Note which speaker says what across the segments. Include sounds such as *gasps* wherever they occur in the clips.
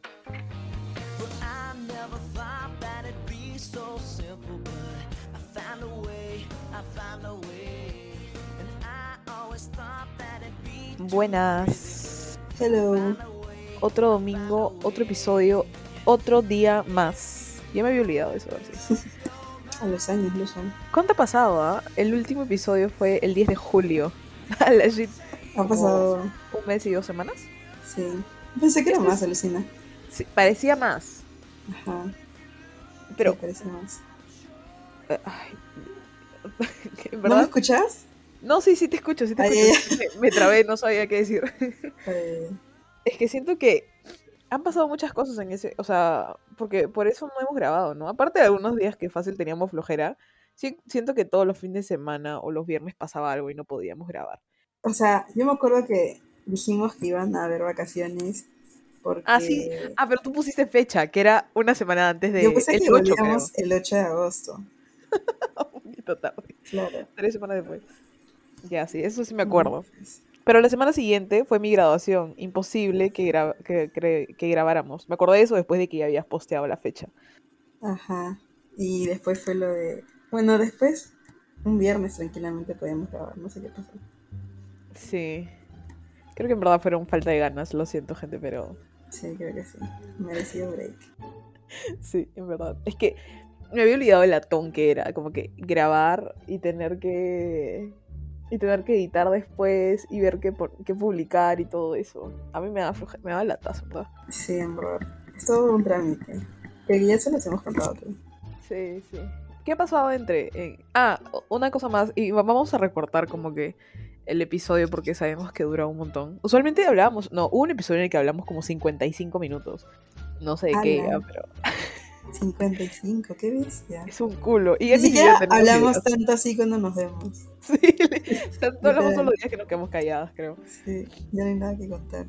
Speaker 1: Well, I never thought that it'd be so simple, but I found a way, I found a way. And I always thought that it'd be
Speaker 2: Buenas.
Speaker 3: Hello.
Speaker 2: Otro domingo, otro episodio, otro día más. *laughs* Ya me había olvidado de eso. García.
Speaker 3: *laughs* A los años no son.
Speaker 2: ¿Cuánto ha pasado? ah? El último episodio fue el 10 de julio. A la shit,
Speaker 3: Ha pasado.
Speaker 2: un mes y dos semanas.
Speaker 3: Sí. Pensé que era más, alucina.
Speaker 2: Sí, parecía más.
Speaker 3: Ajá.
Speaker 2: Pero,
Speaker 3: Me parece más.
Speaker 2: eh, ay, en
Speaker 3: ¿No me
Speaker 2: verdad.
Speaker 3: escuchas?
Speaker 2: No, sí, sí te escucho, sí te
Speaker 3: Ay,
Speaker 2: escucho. *laughs* Me, me trabé, no sabía qué decir.
Speaker 3: Eh,
Speaker 2: Es que siento que han pasado muchas cosas en ese, o sea, porque por eso no hemos grabado, ¿no? Aparte de algunos días que fácil teníamos flojera, sí, siento que todos los fines de semana o los viernes pasaba algo y no podíamos grabar.
Speaker 3: o sea, yo me acuerdo que dijimos que iban a haber vacaciones. Porque
Speaker 2: Ah, sí. Ah, pero tú pusiste fecha, que era una semana antes de
Speaker 3: yo pensé
Speaker 2: el
Speaker 3: que
Speaker 2: 8, creo.
Speaker 3: volvíamos el 8 de agosto.
Speaker 2: Un poquito tarde,
Speaker 3: Claro.
Speaker 2: tres semanas después. Ya, sí, eso sí me
Speaker 3: Ujú.
Speaker 2: acuerdo. Pero la semana siguiente fue mi graduación. Imposible que, gra- que, que- que grabáramos. Me acordé de eso después de que ya habías posteado la fecha.
Speaker 3: Ajá. Y después fue lo de. Bueno, después, un viernes tranquilamente podíamos grabar. No sé qué pasó.
Speaker 2: Sí. Creo que en verdad fueron falta de ganas, lo siento, gente, pero
Speaker 3: Sí, creo que sí. Merecido break.
Speaker 2: *laughs* sí, en verdad. Es que me había olvidado el latón que era, como que grabar y tener que y tener que editar después y ver qué, pon- qué publicar y todo eso. A mí me da floje- me da latazo, ¿verdad?
Speaker 3: Sí, en verdad. Es todo un trámite. Pero ya se los hemos contado creo.
Speaker 2: Sí, sí. ¿Qué ha pasado entre? eh, ah, o- una cosa más, y va- vamos a recortar como que el episodio porque sabemos que dura un montón. Usualmente hablábamos, no, hubo un episodio en el que hablamos como 55 minutos. No sé de qué
Speaker 3: Ala.
Speaker 2: iba, pero
Speaker 3: 55, qué bestia.
Speaker 2: es un culo. Y
Speaker 3: Ni *laughs*
Speaker 2: él ni siquiera
Speaker 3: siquiera
Speaker 2: tenemos
Speaker 3: hablamos
Speaker 2: ideas.
Speaker 3: tanto así cuando nos vemos.
Speaker 2: *laughs* Sí, le- tanto hablamos
Speaker 3: Literal.
Speaker 2: solo días que nos quedamos calladas, creo.
Speaker 3: Sí, ya no hay nada que contar.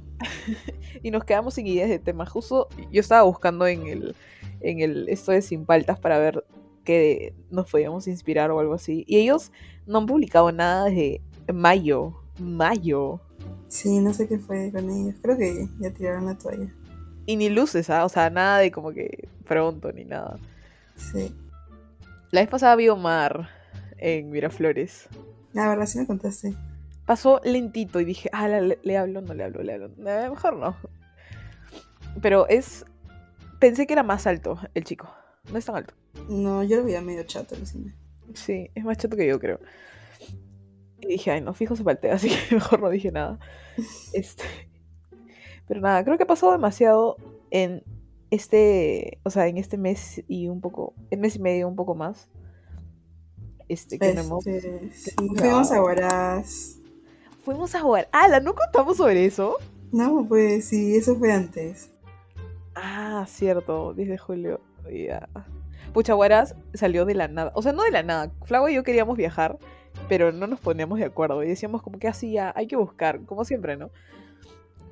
Speaker 2: Y nos quedamos sin ideas de temas. Justo yo estaba buscando en el, en el esto de Sin Paltas para ver que nos podíamos inspirar o algo así. Y ellos no han publicado nada desde mayo. Mayo.
Speaker 3: Sí, no sé qué fue con ellos. Creo que ya tiraron la toalla.
Speaker 2: Y ni luces, ¿ah? o sea, nada de como que pronto ni nada.
Speaker 3: Sí.
Speaker 2: La vez pasada vi a Omar en Miraflores.
Speaker 3: La verdad, sí me contaste.
Speaker 2: Pasó lentito y dije, ah, le, le hablo, no le hablo, le hablo. Eh, mejor no. Pero es. Pensé que era más alto el chico. No es tan alto.
Speaker 3: No, yo lo veía medio chato, Lucina.
Speaker 2: Sí, es más chato que yo, creo. Y dije, ay, no, fijo se paltea, *laughs* así que mejor no dije nada. Este... Pero nada, creo que ha pasado demasiado en este, o sea, en este mes y un poco, el mes y medio, un poco más. Este, que no hemos-
Speaker 3: Este, sí,
Speaker 2: no.
Speaker 3: Fuimos a Huaraz.
Speaker 2: Fuimos a jugar. ¡Hala! ¿No contamos sobre eso?
Speaker 3: No, pues sí, eso fue antes.
Speaker 2: Ah, cierto, 10 de julio. Ya. Pucha, Huaraz salió de la nada. O sea, no de la nada. Flago y yo queríamos viajar, pero no nos poníamos de acuerdo. Y decíamos como que así ya, hay que buscar, como siempre, ¿no?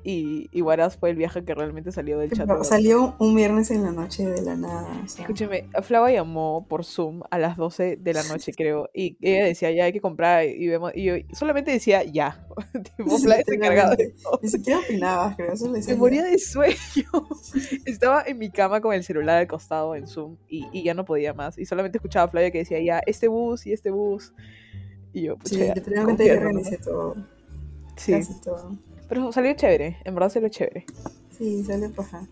Speaker 2: Y, y Huaraz fue el viaje que realmente salió del chat.
Speaker 3: Pero Salió un viernes en la noche de la nada. o sea.
Speaker 2: Escúcheme, Flava llamó por Zoom a las 12 de la noche, creo, y ella decía, ya hay que comprar, y vemos, y yo solamente decía, ya. *laughs* tipo, Fla es encargado de todo.
Speaker 3: Ni siquiera opinabas, creo. Eso le
Speaker 2: Me
Speaker 3: decía
Speaker 2: moría de sueño. *laughs* Estaba en mi cama con el celular al costado en Zoom y, y ya no podía más. Y solamente escuchaba a Flavia que decía ya, este bus y este bus. Y yo,
Speaker 3: Sí,
Speaker 2: pucha, ya,
Speaker 3: literalmente yo
Speaker 2: confía, ¿no?
Speaker 3: organizé todo.
Speaker 2: Sí,
Speaker 3: Casi todo.
Speaker 2: pero salió chévere, en verdad salió chévere.
Speaker 3: Sí, salió paja.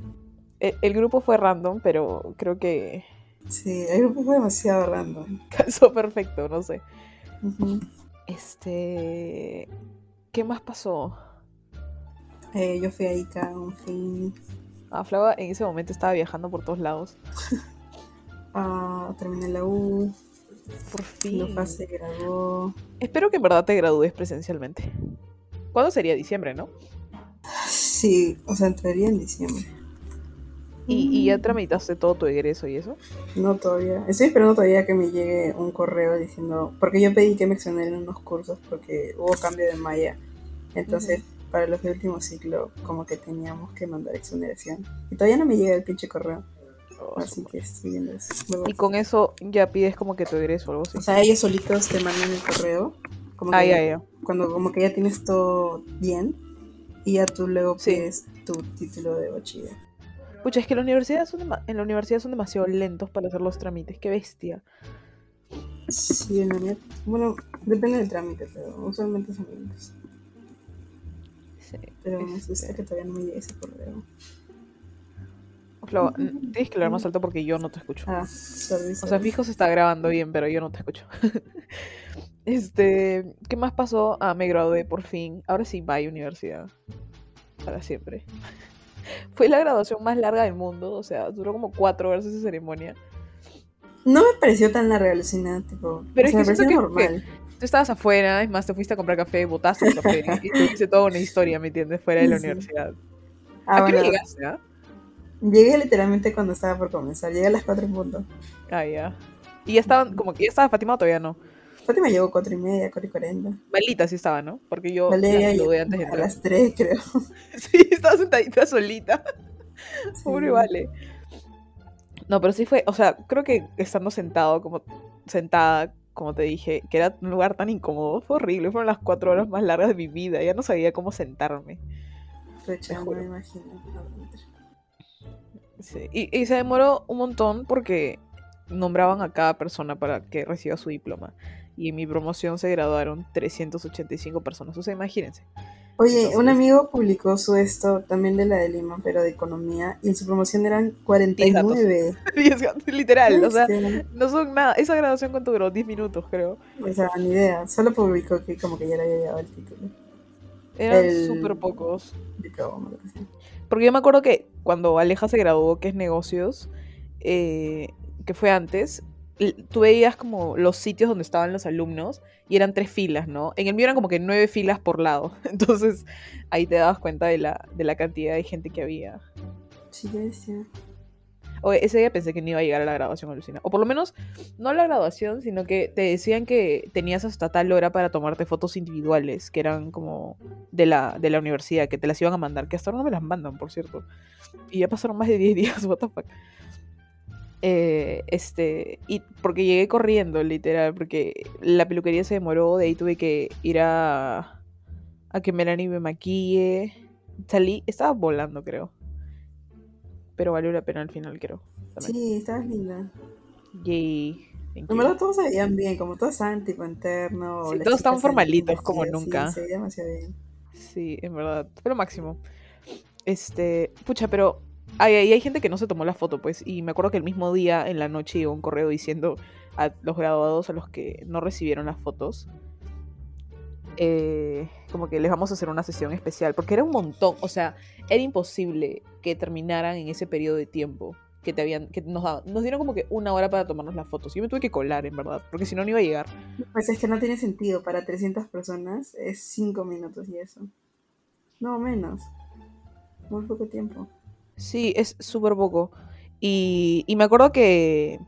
Speaker 2: E- El, grupo fue random, pero creo que *laughs*
Speaker 3: Sí, el grupo fue demasiado random.
Speaker 2: calzó perfecto, no sé.
Speaker 3: Ujú.
Speaker 2: Este. ¿Qué más pasó?
Speaker 3: Eh, yo fui a Ica un fin
Speaker 2: Ah, Flava en ese momento estaba viajando por todos lados.
Speaker 3: ah, terminé la U,
Speaker 2: Por fin.
Speaker 3: Lufa se graduó.
Speaker 2: Espero que en verdad te gradúes presencialmente. ¿Cuándo sería? Diciembre, ¿no?
Speaker 3: Sí, o sea, entraría en diciembre.
Speaker 2: ¿Y, y ya
Speaker 3: Mm.
Speaker 2: tramitaste todo tu egreso y eso?
Speaker 3: No todavía. Estoy esperando todavía que me llegue un correo diciendo, porque yo pedí que me exoneren unos cursos porque hubo cambio de malla. Entonces, para los de último ciclo, como que teníamos que mandar exoneración. Y todavía no me llega el pinche correo. Así que estoy viendo eso. Luego-
Speaker 2: Y con eso ya pides como que tu egreso o algo así.
Speaker 3: O sea, ellos solitos te mandan el correo. Como que
Speaker 2: Ah, ya, ya.
Speaker 3: cuando como que ya tienes todo bien y ya tú luego
Speaker 2: Sí.
Speaker 3: pides tu título de bachiller.
Speaker 2: Pucha, es que la universidad son dema- en la universidad son demasiado lentos para hacer los trámites. Qué bestia.
Speaker 3: Sí, en la mía- Bueno, depende del trámite, pero usualmente son lindos.
Speaker 2: Sí,
Speaker 3: Pero me
Speaker 2: este,
Speaker 3: asusta que todavía no me llegue ese correo.
Speaker 2: Flo, n- tienes que hablar más alto porque yo no te escucho.
Speaker 3: Ah, sorry,
Speaker 2: O sea,
Speaker 3: sorry.
Speaker 2: fijo se está grabando bien, pero yo no te escucho. *laughs* este, ¿qué más pasó? Ah, me gradué por fin. Ahora sí, bye universidad. Para siempre. *laughs* Fue la graduación más larga del mundo, o sea, duró como cuatro horas esa ceremonia.
Speaker 3: No me pareció tan larga alucinada, tipo.
Speaker 2: Pero
Speaker 3: o sea,
Speaker 2: es que
Speaker 3: me
Speaker 2: siento
Speaker 3: pareció
Speaker 2: que-
Speaker 3: normal.
Speaker 2: Tú estabas afuera, es más, te fuiste a comprar café, botaste el café y te hice toda una historia, ¿me entiendes? Fuera de la
Speaker 3: Sí.
Speaker 2: universidad.
Speaker 3: Ah,
Speaker 2: ¿A qué hora
Speaker 3: bueno,
Speaker 2: llegaste? ah?
Speaker 3: llegué literalmente cuando estaba por comenzar. Llegué a las 4 en punto.
Speaker 2: Ah, ya. Y ya estaban, como que ya estaba Fátima o todavía no.
Speaker 3: Fátima llegó 4 y media, 4 y 40.
Speaker 2: Malita sí estaba, ¿no? Porque yo
Speaker 3: Valeria
Speaker 2: la saludé
Speaker 3: llegó
Speaker 2: antes de
Speaker 3: a
Speaker 2: entrar.
Speaker 3: las 3, creo.
Speaker 2: *laughs* Sí, estaba sentadita solita. Pobre
Speaker 3: Sí.
Speaker 2: Vale. No, pero sí fue, o sea, creo que estando sentado, como sentada, como te dije, que era un lugar tan incómodo, fue horrible, fueron las cuatro horas más largas de mi vida, ya no sabía cómo sentarme.
Speaker 3: Pucha,
Speaker 2: Te
Speaker 3: no
Speaker 2: juro.
Speaker 3: me imagino.
Speaker 2: Sí, Y, y se demoró un montón porque nombraban a cada persona para que reciba su diploma. Y en mi promoción se graduaron 385 personas, o sea, imagínense. *laughs*
Speaker 3: Oye, un
Speaker 2: Entonces-
Speaker 3: amigo publicó su esto también de la de Lima, pero de economía, y en su promoción eran 49.
Speaker 2: *laughs* Y es que- Literal, o sea,
Speaker 3: Este,
Speaker 2: no son nada. Esa graduación cuánto duró, 10 minutos creo.
Speaker 3: o sea, ni idea. Solo publicó que como que ya le había llegado el título.
Speaker 2: Eran
Speaker 3: El-
Speaker 2: súper pocos.
Speaker 3: Diploma, lo que sea.
Speaker 2: Porque yo me acuerdo que cuando Aleja se graduó, que es negocios, eh, que fue antes, l- tú veías como los sitios donde estaban los alumnos y eran tres filas, ¿no? En el mío eran como que nueve filas por lado. *laughs* Entonces ahí te dabas cuenta de la, de la cantidad de gente que había.
Speaker 3: Sí, yo decía.
Speaker 2: O ese día pensé que no iba a llegar a la graduación, alucina. O por lo menos, no a la graduación, sino que te decían que tenías hasta tal hora para tomarte fotos individuales, que eran como de la, de la universidad, que te las iban a mandar, que hasta ahora no me las mandan, por cierto. Y ya pasaron más de 10 *laughs* días, what the fuck. Eh, este, y porque llegué corriendo, literal, porque la peluquería se demoró, de ahí tuve que ir a, a que Melanie me maquille. Salí, estaba volando, creo. Pero valió la pena al final, creo. también.
Speaker 3: Sí, estabas linda.
Speaker 2: Yay. Thank you.
Speaker 3: En verdad todos se veían bien, como todos estaban tipo interno.
Speaker 2: Sí,
Speaker 3: las
Speaker 2: todos estaban
Speaker 3: chicas salían
Speaker 2: formalitos como
Speaker 3: vestidas,
Speaker 2: nunca.
Speaker 3: Sí, se veía demasiado bien.
Speaker 2: Sí, en verdad. Fue lo máximo. Este. Pucha, pero. Hay, hay, hay gente que no se tomó la foto, pues. Y me acuerdo que el mismo día, en la noche, llegó un correo diciendo a los graduados, a los que no recibieron las fotos. eh, como que les vamos a hacer una sesión especial. Porque era un montón. O sea, era imposible que terminaran en ese periodo de tiempo. Que, te habían, que nos, daban. nos dieron como que una hora para tomarnos las fotos. Yo me tuve que colar, en verdad, porque si no, no iba a llegar.
Speaker 3: Pues es que no tiene sentido, para 300 personas es 5 minutos y eso. No, menos. Muy poco tiempo.
Speaker 2: Sí, es súper poco. Y, y me acuerdo que,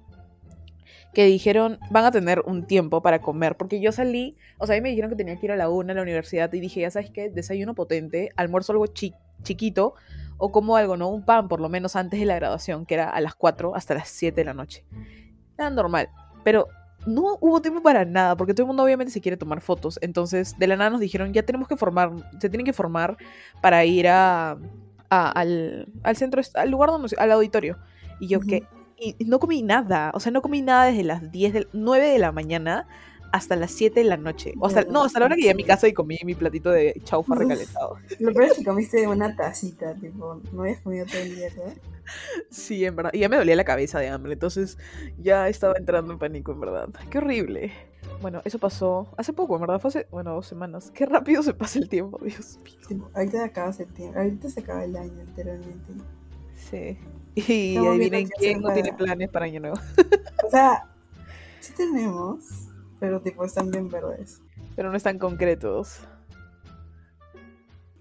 Speaker 2: que dijeron, van a tener un tiempo para comer, porque yo salí, o sea, a mí me dijeron que tenía que ir a la una a la universidad y dije, ya sabes qué, desayuno potente, almuerzo algo chi- chiquito o como algo, ¿no? Un pan por lo menos antes de la graduación, que era a las 4 hasta las 7 de la noche. Era normal, pero no hubo tiempo para nada, porque todo el mundo obviamente se quiere tomar fotos. Entonces, de la nada nos dijeron, ya tenemos que formar, se tienen que formar para ir a, a- al, al centro, est- al lugar donde, se- al auditorio. Y yo,
Speaker 3: Ujú.
Speaker 2: que Y y no comí nada, o sea, no comí nada desde las 10 del, 9 de la mañana hasta las 7 de la noche. O hasta, no, hasta la hora que llegué a mi casa y comí mi platito de chaufa
Speaker 3: Uf.
Speaker 2: recalentado.
Speaker 3: Lo peor es que comiste una tacita, tipo, no habías comido todo el día, ¿verdad?
Speaker 2: Sí, en verdad. Y ya me dolía la cabeza de hambre, entonces ya estaba entrando en pánico, en verdad. Qué horrible. Bueno, eso pasó hace poco, en verdad. Fue hace, bueno, dos semanas. Qué rápido se pasa el tiempo, Dios mío.
Speaker 3: Tipo, ahorita se acaba septiembre, ahorita se acaba el año, literalmente.
Speaker 2: Sí. Y
Speaker 3: Estamos viendo
Speaker 2: adivinen
Speaker 3: qué hacer
Speaker 2: quién no tiene
Speaker 3: para-
Speaker 2: planes para año nuevo. *laughs*
Speaker 3: O sea, sí tenemos, pero tipo, están bien verdes.
Speaker 2: Pero no están concretos.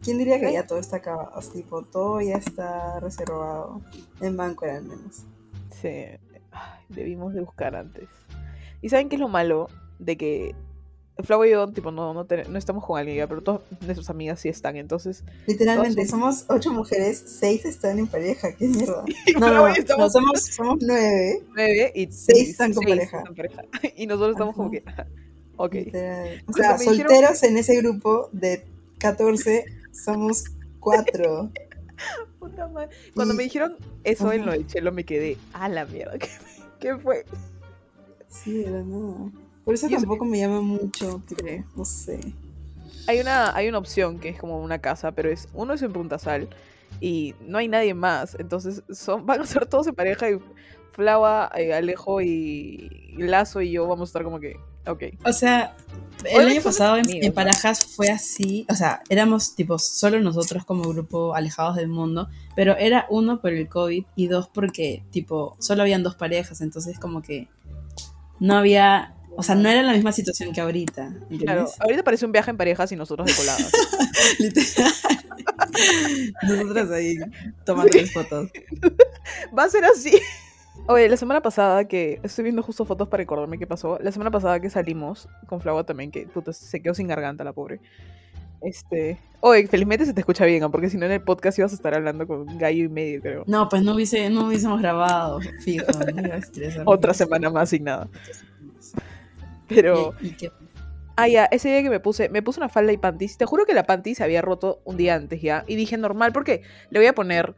Speaker 3: ¿Quién diría que
Speaker 2: Ay.
Speaker 3: ya todo está acabado? O sea, Tipo, todo ya está reservado. En banco al menos.
Speaker 2: Sí. Ay, debimos de buscar antes. ¿Y saben qué es lo malo? De que Flau y yo, tipo, no, no, ten- no estamos con alguien ya, pero todas nuestras amigas sí están. Entonces, *laughs*
Speaker 3: Literalmente,
Speaker 2: Todas
Speaker 3: somos ocho mujeres, seis están en pareja, qué
Speaker 2: *laughs*
Speaker 3: mierda. No,
Speaker 2: Flau
Speaker 3: no,
Speaker 2: y
Speaker 3: no,
Speaker 2: estamos-
Speaker 3: no, somos, somos nueve.
Speaker 2: nueve y
Speaker 3: Seis
Speaker 2: y
Speaker 3: están con
Speaker 2: seis
Speaker 3: pareja.
Speaker 2: están pareja. *laughs* Y nosotros estamos como que... *laughs* Ok.
Speaker 3: literal. O
Speaker 2: Cuando
Speaker 3: sea,
Speaker 2: me dijeron-
Speaker 3: solteros en ese grupo de 14, somos cuatro.
Speaker 2: Puta madre. *laughs* Cuando
Speaker 3: Y-
Speaker 2: me dijeron eso en
Speaker 3: Ajá.
Speaker 2: lo del chelo, me quedé a la mierda. *laughs* ¿Qué, qué fue?
Speaker 3: Sí, de la nada. Por eso
Speaker 2: Y eso-
Speaker 3: tampoco me llama mucho, tipo, no sé.
Speaker 2: Hay una, hay una opción que es como una casa, pero es uno es en Punta Sal y no hay nadie más. Entonces son, van a ser todos en pareja y Flava, eh, Alejo y, y Lazo y yo vamos a estar como que, ok.
Speaker 3: O sea, el
Speaker 2: Obviamente
Speaker 3: año
Speaker 2: son
Speaker 3: pasado en,
Speaker 2: amigos,
Speaker 3: en
Speaker 2: ¿no?
Speaker 3: Parajas fue así, o sea, éramos tipo solo nosotros como grupo alejados del mundo, pero era uno por el COVID y dos porque tipo solo habían dos parejas, entonces como que no había, o sea, no era la misma situación que ahorita, ¿entiendes?
Speaker 2: Claro, ahorita parece un viaje en parejas y nosotros de coladas.
Speaker 3: *laughs* Literal. Nosotras ahí tomando las fotos.
Speaker 2: Va a ser así. *laughs* Oye, la semana pasada que estoy viendo justo fotos para recordarme qué pasó. La semana pasada que salimos con Flava también, que puta, se quedó sin garganta la pobre. Este. Oye, felizmente se te escucha bien, ¿ah? porque si no en el podcast ibas a estar hablando con gallo y medio, creo.
Speaker 3: No, pues no hubiese, no hubiésemos grabado, fijo. no iba a estresarme.
Speaker 2: Otra semana más sin nada. Pero.
Speaker 3: Y- y que-
Speaker 2: Ah, ya, ese día que me puse, me puse una falda y panties. Te juro que la panty se había roto un día antes ya. Y dije, normal, porque le voy a poner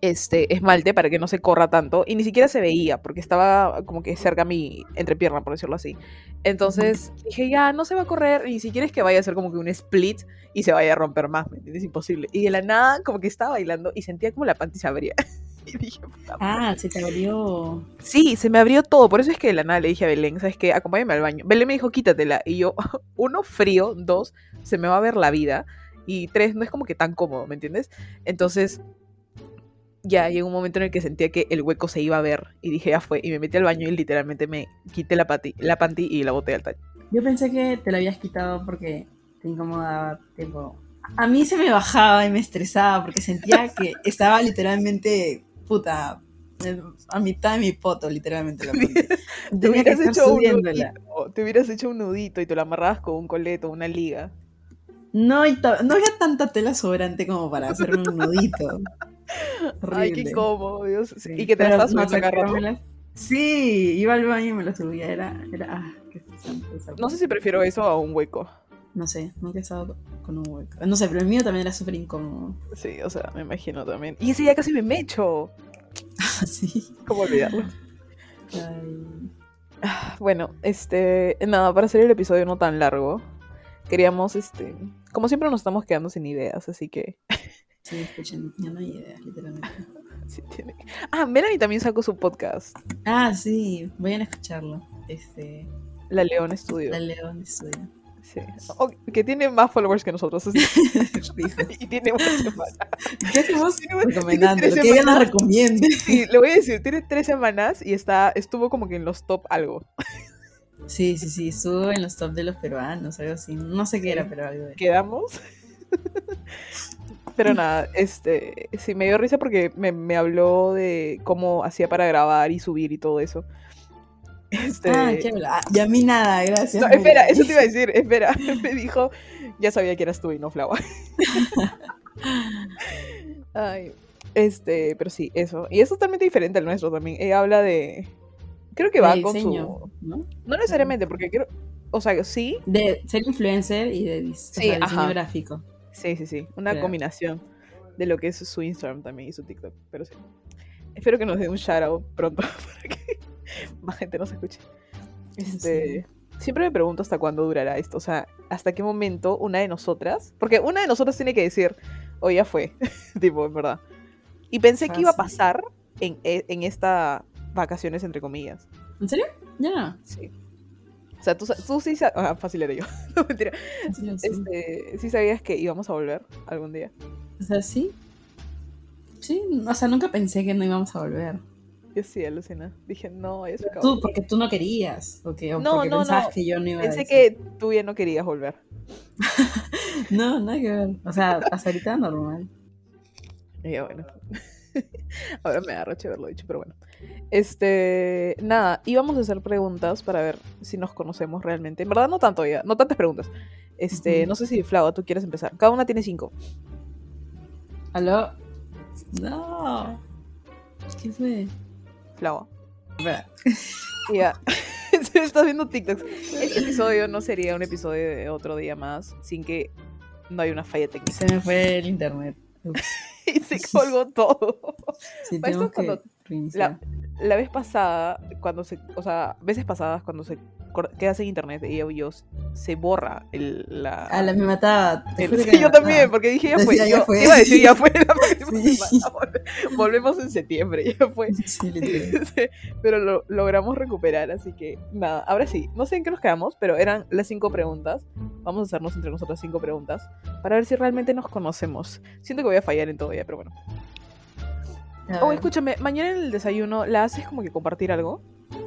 Speaker 2: este esmalte para que no se corra tanto. Y ni siquiera se veía, porque estaba como que cerca a mi entrepierna, por decirlo así. Entonces dije, ya, no se va a correr. y Ni siquiera es que vaya a ser como que un split y se vaya a romper más, ¿me entiendes? Imposible. Y de la nada, como que estaba bailando y sentía como la panty se abría. *laughs* y dije, puta madre.
Speaker 3: Ah, se te abrió.
Speaker 2: Sí, se me abrió todo. Por eso es que de la nada le dije a Belén, ¿sabes qué? Acompáñame al baño. Belén me dijo, quítatela. Y yo, *laughs* uno, frío. Dos, se me va a ver la vida. Y tres, no es como que tan cómodo, ¿me entiendes? Entonces, ya llegó un momento en el que sentía que el hueco se iba a ver. Y dije, ya fue. Y me metí al baño y literalmente me quité la, pati- la panty y la boté al tacho.
Speaker 3: Yo pensé que te lo habías quitado porque te incomodaba, tipo... A mí se me bajaba y me estresaba porque sentía
Speaker 2: *laughs*
Speaker 3: que estaba literalmente, puta, en- a mitad de mi poto, literalmente. La panty.
Speaker 2: *laughs* Te
Speaker 3: Tenía que
Speaker 2: hubieras,
Speaker 3: estar
Speaker 2: hecho un
Speaker 3: subiéndola.
Speaker 2: nudito, te hubieras hecho un nudito y te lo amarrabas con un coleto, una liga.
Speaker 3: No, y to- no había tanta tela sobrante como para hacerme un nudito.
Speaker 2: *laughs* Ay, qué
Speaker 3: Horrible.
Speaker 2: incómodo, Dios.
Speaker 3: Sí,
Speaker 2: Y que te la
Speaker 3: pero
Speaker 2: estás subiendo
Speaker 3: me
Speaker 2: cada rato.
Speaker 3: sacaba las- Sí, iba al baño y me lo subía. Era, era, ah, qué santo, santo.
Speaker 2: No sé si prefiero eso a un hueco.
Speaker 3: No sé, nunca he estado con un hueco. No sé, pero el mío también era súper incómodo. *laughs*
Speaker 2: Sí, o sea, me imagino también. Y ese día casi me mecho.
Speaker 3: Así.
Speaker 2: ¿Cómo
Speaker 3: *laughs*
Speaker 2: olvidarlo?
Speaker 3: Ay.
Speaker 2: Bueno, este, nada, para hacer el episodio no tan largo, queríamos, este, como siempre nos estamos quedando sin ideas, así que...
Speaker 3: Sí, escuchen, ya no hay ideas, literalmente.
Speaker 2: sí tiene- Ah, Melanie también sacó su podcast,
Speaker 3: Ah, sí, vayan a escucharlo. Este,
Speaker 2: La León Studio.
Speaker 3: la leo en mi *laughs* estudio.
Speaker 2: Sí. O- que tiene más followers que nosotros. así-
Speaker 3: *laughs* Fijo.
Speaker 2: *laughs* y tiene más semanas.
Speaker 3: ¿Qué hacemos?
Speaker 2: Tiene- tiene
Speaker 3: Recomendando,
Speaker 2: tres
Speaker 3: que ella nos
Speaker 2: semanas.
Speaker 3: recomiende.
Speaker 2: Sí, le voy a decir, tiene tres semanas y está, estuvo como que en los top algo.
Speaker 3: Sí, sí, sí, estuvo en los top de los peruanos, algo así. No sé qué era, pero algo era.
Speaker 2: quedamos. Pero nada, este, sí, me dio risa porque me, me habló de cómo hacía para grabar y subir y todo eso. Este,
Speaker 3: Ah, chévere. Ah, y a mí nada, gracias.
Speaker 2: no, espera,
Speaker 3: Melanie.
Speaker 2: eso te iba a decir, espera. *laughs* Me dijo, ya sabía que eras tú y no Flava. Ay, este, pero sí, eso. Y es totalmente diferente al nuestro también. Ella habla de, creo que va
Speaker 3: De
Speaker 2: con su,
Speaker 3: diseño, ¿no?
Speaker 2: no necesariamente, porque creo, o sea, sí,
Speaker 3: De ser influencer y de dis- o
Speaker 2: Sí,
Speaker 3: sea, diseño
Speaker 2: ajá.
Speaker 3: gráfico.
Speaker 2: Sí, sí, sí. Una
Speaker 3: Claro.
Speaker 2: combinación de lo que es su Instagram también y su TikTok. Pero sí. Espero que nos dé un shout out pronto *laughs* para que más gente nos escuche. Este, Siempre me pregunto hasta cuándo durará esto. O sea, hasta qué momento una de nosotras. Porque una de nosotras tiene que decir, hoy ya fue. *laughs* tipo, en verdad. Y pensé que iba a
Speaker 3: Fácil.
Speaker 2: pasar en, e- en esta vacaciones, entre comillas.
Speaker 3: ¿En serio? Ya.
Speaker 2: Sí. O sea, tú, sa- tú sí sabes. Ah, fácil era yo. *laughs* no, mentira.
Speaker 3: Sí, sí.
Speaker 2: Este, sí sabías que íbamos a volver algún día.
Speaker 3: O sea, sí. Sí, o sea, nunca pensé que no íbamos a volver.
Speaker 2: Yo sí, alucina. Dije, no, ya se acabó.
Speaker 3: Tú, porque tú no querías. O, que, o
Speaker 2: No,
Speaker 3: porque
Speaker 2: no,
Speaker 3: pensabas
Speaker 2: no.
Speaker 3: que yo no iba a
Speaker 2: Pensé
Speaker 3: decir.
Speaker 2: que tú ya no querías volver.
Speaker 3: No, nada que ver. O sea, hasta ahorita normal.
Speaker 2: Y yo, bueno. *laughs* Ahora me da roche haberlo dicho, pero bueno. Este, nada, íbamos a hacer preguntas para ver si nos conocemos realmente. En verdad, no tanto ya, no tantas preguntas. Este,
Speaker 3: Ujú.
Speaker 2: no sé si Flava, tú quieres empezar. Cada una tiene cinco.
Speaker 3: ¿Aló? No. ¿Qué fue?
Speaker 2: Flava.
Speaker 3: Espera.
Speaker 2: *laughs* Ya. *laughs* Estás viendo TikToks. Este episodio no sería un episodio de otro día más sin que no hay una falla técnica.
Speaker 3: Se me fue el internet. Ups,
Speaker 2: *laughs* Y se colgó todo.
Speaker 3: sí,
Speaker 2: Para
Speaker 3: tengo
Speaker 2: esto
Speaker 3: que
Speaker 2: cuando
Speaker 3: reiniciar.
Speaker 2: La, la vez pasada, cuando se. O sea, veces pasadas, cuando se cor- queda sin internet, ella o yo, se borra el, la.
Speaker 3: Ah, la me mataba. te
Speaker 2: el-
Speaker 3: juro que
Speaker 2: sí, *laughs*
Speaker 3: me
Speaker 2: yo también,
Speaker 3: mataba.
Speaker 2: porque dije ya
Speaker 3: Decía,
Speaker 2: fue.
Speaker 3: ya
Speaker 2: yo
Speaker 3: fue.
Speaker 2: iba a decir ya fue
Speaker 3: *laughs*
Speaker 2: la próxima
Speaker 3: Sí.
Speaker 2: semana, vol- Volvemos en septiembre, ya fue.
Speaker 3: *laughs* Sí, literal.
Speaker 2: pero lo logramos recuperar, así que nada. Ahora sí, no sé en qué nos quedamos, pero eran las cinco preguntas. Vamos a hacernos entre nosotras cinco preguntas para ver si realmente nos conocemos. Siento que voy a fallar en todo ya, pero bueno.
Speaker 3: A
Speaker 2: *laughs* Oh,
Speaker 3: ver.
Speaker 2: escúchame, mañana en el desayuno, ¿la haces como que compartir algo?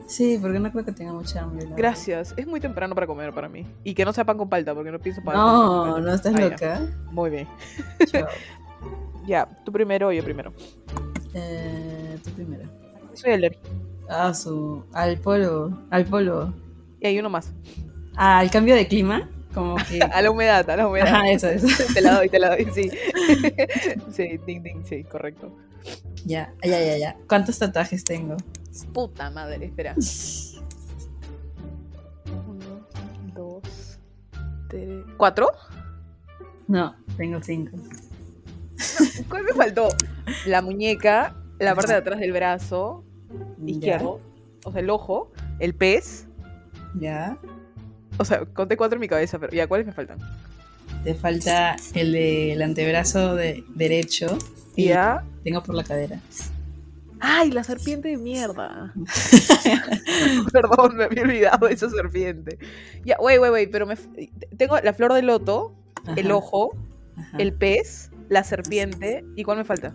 Speaker 3: Sí, porque no creo que tenga mucha hambre. la verdad.
Speaker 2: Gracias, es muy temprano para comer para mí. Y que no sea pan con palta, porque no pienso pan con
Speaker 3: No,
Speaker 2: palta.
Speaker 3: no estás
Speaker 2: Ah, ya. *laughs*
Speaker 3: loca.
Speaker 2: Muy bien.
Speaker 3: Chao.
Speaker 2: Ya, tú primero o yo primero.
Speaker 3: Eh, tú primero.
Speaker 2: Soy alérgica.
Speaker 3: Ah, su. Al polvo. Al polvo.
Speaker 2: Y hay uno más.
Speaker 3: Ah, al cambio de clima. Como
Speaker 2: *laughs*
Speaker 3: que.
Speaker 2: A la humedad, a la humedad.
Speaker 3: Ajá, eso, eso.
Speaker 2: Te la doy, te la doy,
Speaker 3: *laughs*
Speaker 2: sí. sí, ding, ding, sí, correcto.
Speaker 3: Ya, ya, ya, ya. ¿Cuántos tatuajes tengo?
Speaker 2: Puta madre, espera. Uno, dos, tres. ¿Cuatro?
Speaker 3: No, tengo cinco.
Speaker 2: ¿Cuál me faltó? La muñeca, la parte de atrás del brazo izquierdo, o sea, el ojo, el pez.
Speaker 3: Ya.
Speaker 2: O sea, conté cuatro en mi cabeza, pero ya, ¿cuáles me faltan?
Speaker 3: ya. Te falta el del antebrazo de derecho. Y
Speaker 2: Ya.
Speaker 3: tengo por la cadera.
Speaker 2: ¡Ay, la serpiente de mierda! *laughs* Perdón, me había olvidado de esa serpiente. Ya, wey, wey, wey, pero me... f- tengo la flor de loto, el
Speaker 3: Ajá,
Speaker 2: ojo,
Speaker 3: ajá.
Speaker 2: el pez, la serpiente, ¿y cuál me falta?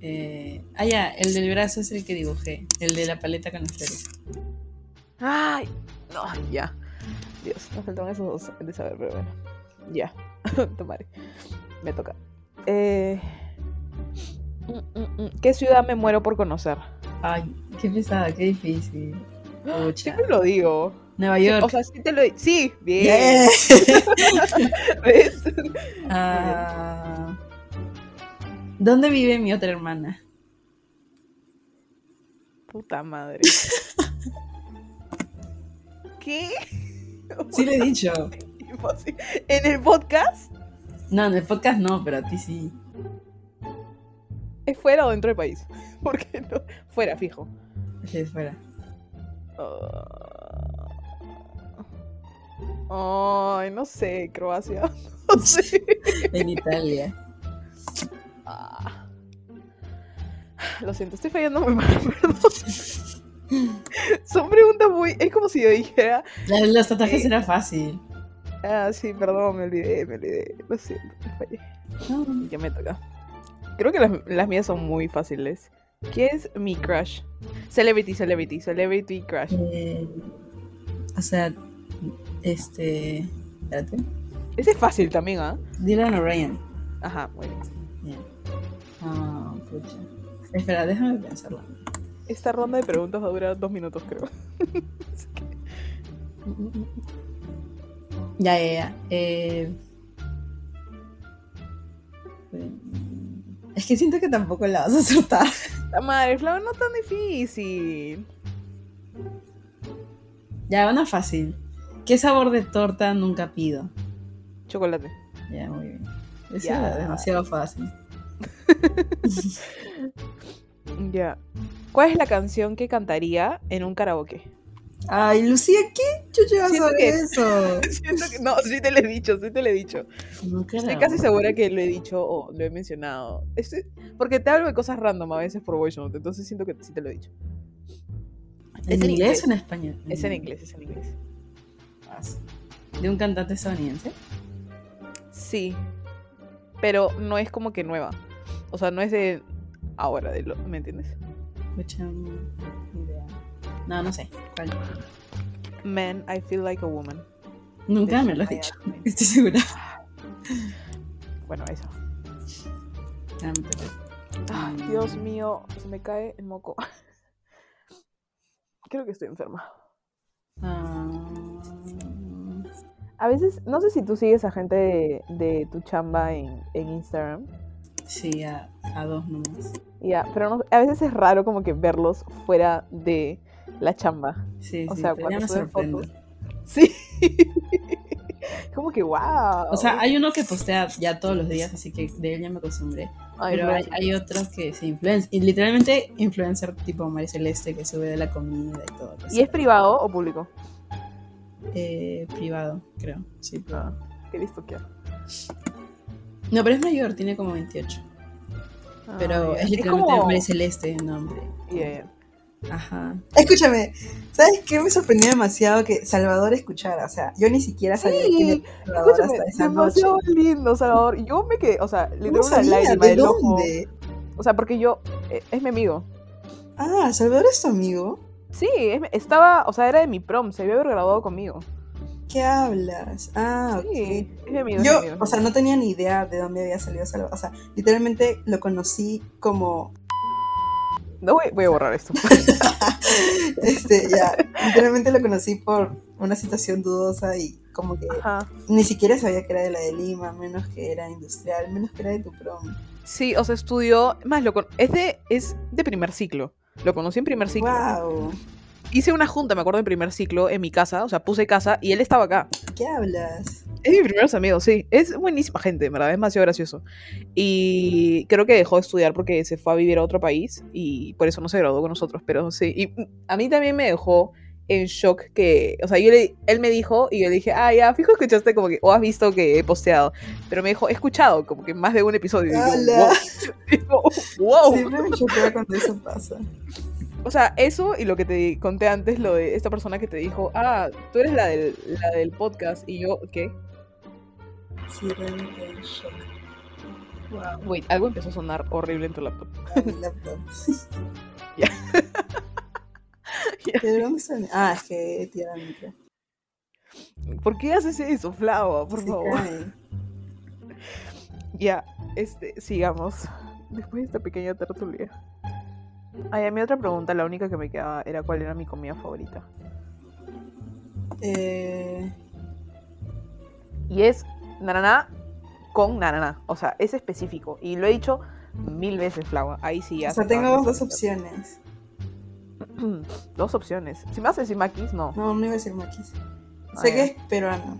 Speaker 3: Eh, ah, ya, el del brazo es el que dibujé. El de la paleta con las flores.
Speaker 2: ¡Ay! No, ya. Dios, me faltaron esos dos de saber, pero bueno. Ya. *laughs* Tomare. Me toca. Eh, mm, mm, mm, ¿Qué ciudad me muero por conocer?
Speaker 3: Ay, qué pesada,
Speaker 2: *gasps*
Speaker 3: qué difícil. Pucha.
Speaker 2: Siempre lo digo.
Speaker 3: Nueva
Speaker 2: Sí,
Speaker 3: York.
Speaker 2: pues, O sea, sí te lo Sí, bien.
Speaker 3: Yeah.
Speaker 2: *laughs* ¿Ves?
Speaker 3: Ah, ¿Dónde vive mi otra hermana?
Speaker 2: Puta madre. ¿Qué? *laughs*
Speaker 3: Sí le he dicho.
Speaker 2: Imposible. ¿En el podcast?
Speaker 3: No, en el podcast no, pero a ti sí.
Speaker 2: ¿Es fuera o dentro del país? *laughs* Porque no. Fuera, fijo. Oh.
Speaker 3: Sí, fuera.
Speaker 2: Ah. Ay, no sé, Croacia. *laughs* No sé.
Speaker 3: En Italia.
Speaker 2: Ah. Lo siento, estoy fallando muy mal, *laughs* perdón. Son preguntas muy. Es como si yo dijera.
Speaker 3: La- Los tatuajes
Speaker 2: Sí.
Speaker 3: era fácil.
Speaker 2: Ah, sí, perdón, me olvidé, me olvidé. Lo siento, me fallé.
Speaker 3: No,
Speaker 2: Ya me toca. Creo que las, las mías son muy fáciles. ¿Qué es mi crush? Celebrity, celebrity, celebrity crush.
Speaker 3: eh, o sea, este. Espérate.
Speaker 2: Ese es fácil también, ¿ah?
Speaker 3: Dylan O'Brien.
Speaker 2: Ajá, muy bien.
Speaker 3: Ya. Ah, pucha. Espera, déjame pensarlo.
Speaker 2: Esta ronda de preguntas va a durar dos minutos, creo. *laughs* Así que-
Speaker 3: Ya, ya, ya. Eh, Es que siento que tampoco la vas a acertar.
Speaker 2: La madre, Flava, no tan difícil.
Speaker 3: Ya, una fácil. ¿Qué sabor de torta nunca pido?
Speaker 2: Chocolate.
Speaker 3: Ya, muy bien. Eso
Speaker 2: Ya.
Speaker 3: era demasiado fácil.
Speaker 2: Ya. ¿Cuál es la canción que cantaría en un karaoke? *laughs*
Speaker 3: Ay, Lucía, ¿qué chucho vas
Speaker 2: Siento
Speaker 3: a
Speaker 2: que- *laughs*
Speaker 3: eso?
Speaker 2: Siento que- No, sí te lo he dicho, sí te lo he dicho.
Speaker 3: Nunca
Speaker 2: Estoy casi segura que lo he dicho o lo he mencionado. Estoy- Porque te hablo de cosas random a veces por voice note, entonces siento que sí te lo he dicho.
Speaker 3: ¿En,
Speaker 2: Es en
Speaker 3: inglés
Speaker 2: inglés.
Speaker 3: o en español?
Speaker 2: Es en inglés, es en inglés.
Speaker 3: Ah, sí. ¿De un cantante estadounidense?
Speaker 2: Sí. Pero no es como que nueva. O sea, no es de ahora, de lo... ¿me entiendes?
Speaker 3: Escucha, ni idea. No, no sé. ¿Cuál?
Speaker 2: Man, I feel like a woman.
Speaker 3: Nunca me lo has dicho. Estoy segura.
Speaker 2: Bueno, eso.
Speaker 3: Ah, me toca.
Speaker 2: Ay,
Speaker 3: Mm.
Speaker 2: Dios mío, se me cae el moco. *laughs* Creo que estoy enferma.
Speaker 3: Ah,
Speaker 2: A veces, no sé si tú sigues a gente de, de tu chamba en, en Instagram.
Speaker 3: sí, a, a dos nomás.
Speaker 2: Ya, pero no- a veces es raro como que verlos fuera de la chamba.
Speaker 3: Sí,
Speaker 2: O
Speaker 3: sí,
Speaker 2: sea,
Speaker 3: pero ya
Speaker 2: *laughs* cuando suben
Speaker 3: me sorprende.
Speaker 2: Sí. como que wow.
Speaker 4: O sea, hay uno que postea ya todos los días, así que de él ya me acostumbré.
Speaker 2: Ay,
Speaker 4: pero
Speaker 2: no,
Speaker 4: hay, hay otros que se influencian. Y literalmente influencer tipo María Celeste que sube de la comida y todo.
Speaker 2: ¿Y es privado o público?
Speaker 4: Eh, privado, creo.
Speaker 3: Ah.
Speaker 4: Sí, privado.
Speaker 2: Qué listo que
Speaker 4: No, pero es mayor, tiene como 28.
Speaker 2: Ah,
Speaker 4: pero es literalmente María Celeste el nombre. Ajá.
Speaker 3: Escúchame, ¿sabes qué me sorprendió demasiado que Salvador escuchara? O sea, yo ni siquiera sabía
Speaker 2: Sí,
Speaker 3: quién era Salvador
Speaker 2: Escúchame,
Speaker 3: hasta esa noche.
Speaker 2: demasiado lindo, Salvador. Yo me quedé, o sea, le
Speaker 3: No
Speaker 2: dio una
Speaker 3: sabía,
Speaker 2: lágrima
Speaker 3: ¿de
Speaker 2: del ojo.
Speaker 3: dónde?
Speaker 2: O sea, porque yo, eh, es mi amigo.
Speaker 3: Ah, Salvador es tu amigo.
Speaker 2: Sí, es mi- estaba, o sea, era de mi prom, se había haber graduado conmigo.
Speaker 3: ¿Qué hablas? Ah,
Speaker 2: Sí,
Speaker 3: ok.
Speaker 2: es mi amigo. es
Speaker 3: Yo,
Speaker 2: mi amigo.
Speaker 3: o sea, no tenía ni idea de dónde había salido Salvador. O sea, literalmente lo conocí como. *laughs*
Speaker 2: no voy, voy a borrar esto.
Speaker 3: Este, ya. Literalmente lo conocí por una situación dudosa y como que
Speaker 2: Ajá.
Speaker 3: ni siquiera sabía que era de la de Lima, menos que era industrial, menos que era de tu prom.
Speaker 2: Sí, o sea, estudió, más lo con- es de es de primer ciclo. Lo conocí en primer ciclo.
Speaker 3: ¡Wow!
Speaker 2: Hice una junta, me acuerdo, en primer ciclo en mi casa, o sea, puse casa y él estaba acá.
Speaker 3: ¿Qué hablas?
Speaker 2: Es mis primeros amigos, sí. Es buenísima gente, en verdad, es demasiado gracioso. Y creo que dejó de estudiar porque se fue a vivir a otro país y por eso no se graduó con nosotros, pero sí. Y mm, a mí también me dejó en shock que, o sea, yo le- él me dijo y yo le dije, ah, ya, fijo, escuchaste como que, o has visto que he posteado, pero me dijo, he escuchado como que más de un episodio. Y yo,
Speaker 3: ¡Hala!
Speaker 2: wow. Digo, wow.
Speaker 3: Siempre me choquea cuando eso pasa.
Speaker 2: O sea, eso y lo que te conté antes, lo de esta persona que te dijo, ah, tú eres la del, la del podcast y yo, ¿qué?
Speaker 3: Sí, realmente en shock. ¡Wow!
Speaker 2: Wait, algo empezó a sonar horrible en tu laptop.
Speaker 3: Mi laptop.
Speaker 2: *laughs*
Speaker 3: *laughs*
Speaker 2: Ya. Ya.
Speaker 3: ¿Pero dónde está mi- Ah, es que he tirado el micro.
Speaker 2: ¿Por qué haces eso, Flava? Por
Speaker 3: Se
Speaker 2: favor.
Speaker 3: cae.
Speaker 2: Ya, este, sigamos. Después de esta pequeña tertulia. Ay, a mi otra pregunta, la única que me quedaba era cuál era mi comida favorita.
Speaker 3: Eh,
Speaker 2: Y es naraná con naraná. O sea, es específico. Y lo he dicho mil veces, Flava. Ahí sí ya.
Speaker 3: o sea,
Speaker 2: se
Speaker 3: tengo
Speaker 2: acaban
Speaker 3: dos
Speaker 2: las
Speaker 3: opciones.
Speaker 2: opciones. *clears throat* dos opciones. Si me haces Simakis, no.
Speaker 3: No, no iba a decir maquis.
Speaker 2: Ah,
Speaker 3: Sé
Speaker 2: ya.
Speaker 3: que es peruano.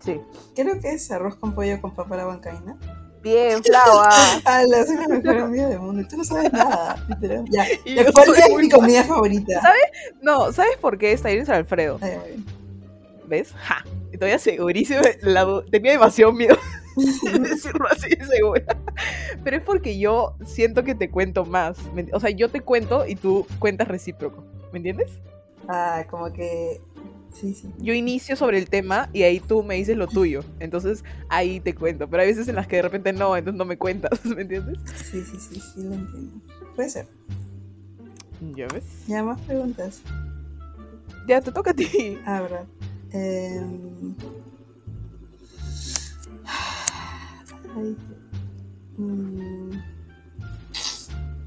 Speaker 2: Sí.
Speaker 3: Creo que es arroz con pollo con papa a la bancaína. *laughs*
Speaker 2: Bien, ah. Flava.
Speaker 3: ¡Hala! Soy Ah, la mejor amiga del mundo. Tú no sabes nada. *laughs* literal. Ya.
Speaker 2: Y
Speaker 3: ¿Ya
Speaker 2: yo
Speaker 3: ¿Cuál
Speaker 2: soy *laughs*
Speaker 3: es
Speaker 2: muy
Speaker 3: mi comida favorita?
Speaker 2: ¿Sabes? No, ¿sabes por qué está Iris Alfredo?
Speaker 3: Ay, muy bien.
Speaker 2: ¿Ves? Ja. Todavía segurísimo. la du- tenía demasiado *laughs* miedo de decirlo así de segura. Pero es porque yo siento que te cuento más. ¿me enti- O sea, yo te cuento y tú cuentas recíproco. ¿Me entiendes?
Speaker 3: Ah, como que. Sí, sí.
Speaker 2: Yo inicio sobre el tema y ahí tú me dices lo tuyo. Entonces ahí te cuento. Pero hay veces en las que de repente no, entonces no me cuentas. *laughs* ¿Me entiendes?
Speaker 3: Sí, sí, sí, sí, lo entiendo. Puede ser.
Speaker 2: Ya ves.
Speaker 3: Ya más preguntas.
Speaker 2: Ya te toca a ti. *laughs*
Speaker 3: Ah, verdad. Em, *sighs* ay, mm,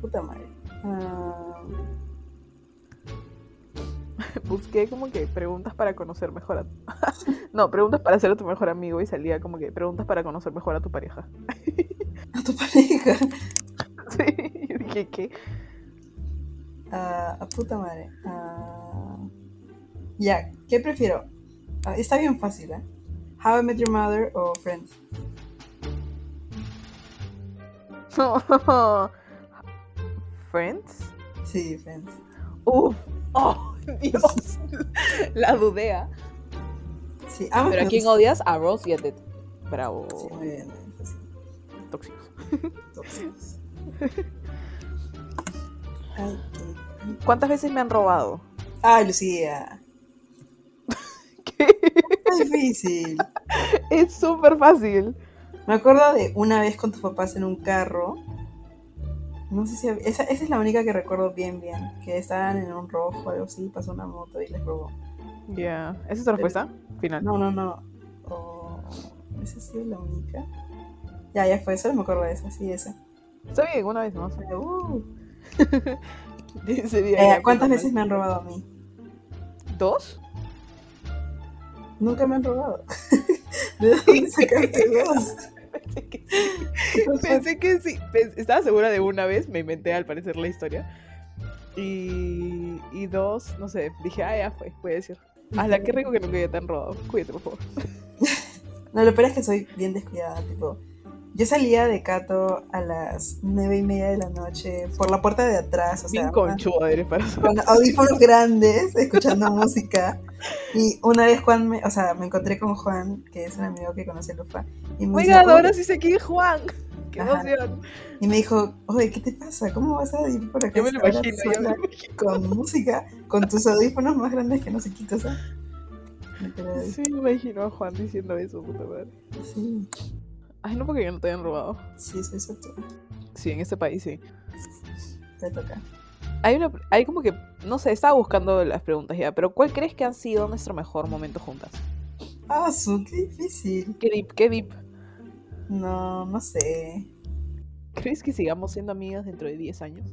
Speaker 3: Puta madre. Ah, *laughs*
Speaker 2: Busqué como que preguntas para conocer mejor a. *laughs* no, preguntas para ser tu mejor amigo y salía como que preguntas para conocer mejor a tu pareja. *laughs*
Speaker 3: a tu pareja.
Speaker 2: Sí, yo dije que.
Speaker 3: Ah, a puta madre. Ah, ya, ¿qué prefiero? Ah, está bien fácil, ¿eh? How I Met Your Mother o Friends.
Speaker 2: *laughs* ¿Friends?
Speaker 3: Sí, Friends.
Speaker 2: Uf, oh, *laughs* Dios. La dudea.
Speaker 3: Sí, ambas
Speaker 2: Pero
Speaker 3: me
Speaker 2: ¿a quién
Speaker 3: gustan.
Speaker 2: odias? A Rose y a Ted. Bravo.
Speaker 3: Sí, muy bien, muy bien, fácil.
Speaker 2: Tóxicos.
Speaker 3: Tóxicos. Ay, qué-
Speaker 2: ¿Cuántas veces me han robado? *laughs*
Speaker 3: Ay, Lucía.
Speaker 2: ¿Qué?
Speaker 3: Qué difícil.
Speaker 2: Es súper fácil.
Speaker 3: Me acuerdo de una vez con tus papás en un carro. No sé si. hab- Esa, esa es la única que recuerdo bien, bien. Que estaban en un rojo o algo así. Pasó una moto y les robó.
Speaker 2: Ya. ¿Esa es tu respuesta? Final.
Speaker 3: No, no, no. Oh, esa ha sido la única. Ya, ya fue. Solo me acuerdo de esa. Sí, esa.
Speaker 2: Está bien, una vez
Speaker 3: *laughs*
Speaker 2: más.
Speaker 3: Pero, uh.
Speaker 2: Ese día
Speaker 3: Eh,
Speaker 2: ya que
Speaker 3: ¿Cuántas
Speaker 2: no-
Speaker 3: veces me han robado a mí?
Speaker 2: ¿Dos?
Speaker 3: Nunca me han robado. *laughs* ¿De dónde
Speaker 2: *laughs*
Speaker 3: sacaste dos?
Speaker 2: Pensé que sí. Pensé que sí. Pens- Estaba segura de una vez, me inventé al parecer la historia. Y, y dos, no sé, dije, ah, ya fue, voy a decir. A la que rico que nunca ya tan robado. Cuídate, por favor.
Speaker 3: No, lo peor es que soy bien descuidada, tipo. Yo salía de Cato a las nueve y media de la noche por la puerta de atrás, o
Speaker 2: Bien
Speaker 3: sea, una-
Speaker 2: conchudo eres para eso.
Speaker 3: con audífonos grandes, escuchando música. Y una vez Juan, me, o sea, me encontré con Juan, que es un amigo que conoce Lufa, y me,
Speaker 2: Oigan,
Speaker 3: dijo,
Speaker 2: ahora
Speaker 3: "Oye",
Speaker 2: sí se quiere Juan. Qué
Speaker 3: Ajá.
Speaker 2: emoción.
Speaker 3: y me dijo, oye, ¿qué te pasa? ¿Cómo vas a ir por acá?
Speaker 2: Yo me
Speaker 3: a
Speaker 2: lo
Speaker 3: esta hora
Speaker 2: imagino, yo me
Speaker 3: sola
Speaker 2: lo imagino.
Speaker 3: Con música, con tus audífonos más grandes que no sé qué cosa. Literal,
Speaker 2: Sí, me imagino a Juan diciendo eso, puta madre.
Speaker 3: Sí,
Speaker 2: Ay, no porque yo no te hayan robado.
Speaker 3: sí, soy soltera.
Speaker 2: Sí, en este país sí.
Speaker 3: Te toca.
Speaker 2: Hay una, hay como que, no sé, estaba buscando las preguntas ya, pero ¿cuál crees que han sido nuestro mejor momento juntas?
Speaker 3: Ah, su, qué difícil.
Speaker 2: ¿Qué dip? ¿Qué dip?
Speaker 3: No, no sé.
Speaker 2: ¿Crees que sigamos siendo amigas dentro de 10 años?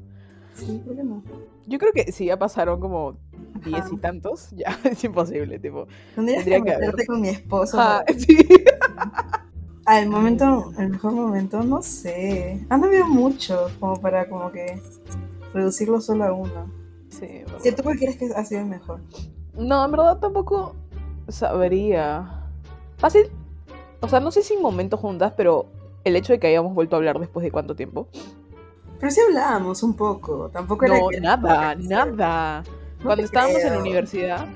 Speaker 3: Sí, ¿por qué no?
Speaker 2: Yo creo que si ya pasaron como 10 y
Speaker 3: Ajá.
Speaker 2: tantos, ya *laughs* es imposible, tipo.
Speaker 3: Tendrías
Speaker 2: Tendría
Speaker 3: que
Speaker 2: que haber.
Speaker 3: meterte con mi esposo.
Speaker 2: Ah, *laughs*
Speaker 3: para-
Speaker 2: sí.
Speaker 3: Ah, el momento, el mejor momento, no sé. Ah, Han habido muchos como para como que reducirlo solo a uno.
Speaker 2: Sí, verdad.
Speaker 3: ¿Qué tú cuál crees que ha sido el mejor?
Speaker 2: No, en verdad tampoco sabría. Fácil. O sea, no sé si momentos juntas, pero el hecho de que hayamos vuelto a hablar después de cuánto tiempo.
Speaker 3: Pero sí hablábamos un poco, tampoco era
Speaker 2: No,
Speaker 3: que-
Speaker 2: nada,
Speaker 3: no
Speaker 2: nada.
Speaker 3: te
Speaker 2: Cuando estábamos en la
Speaker 3: creo.
Speaker 2: universidad.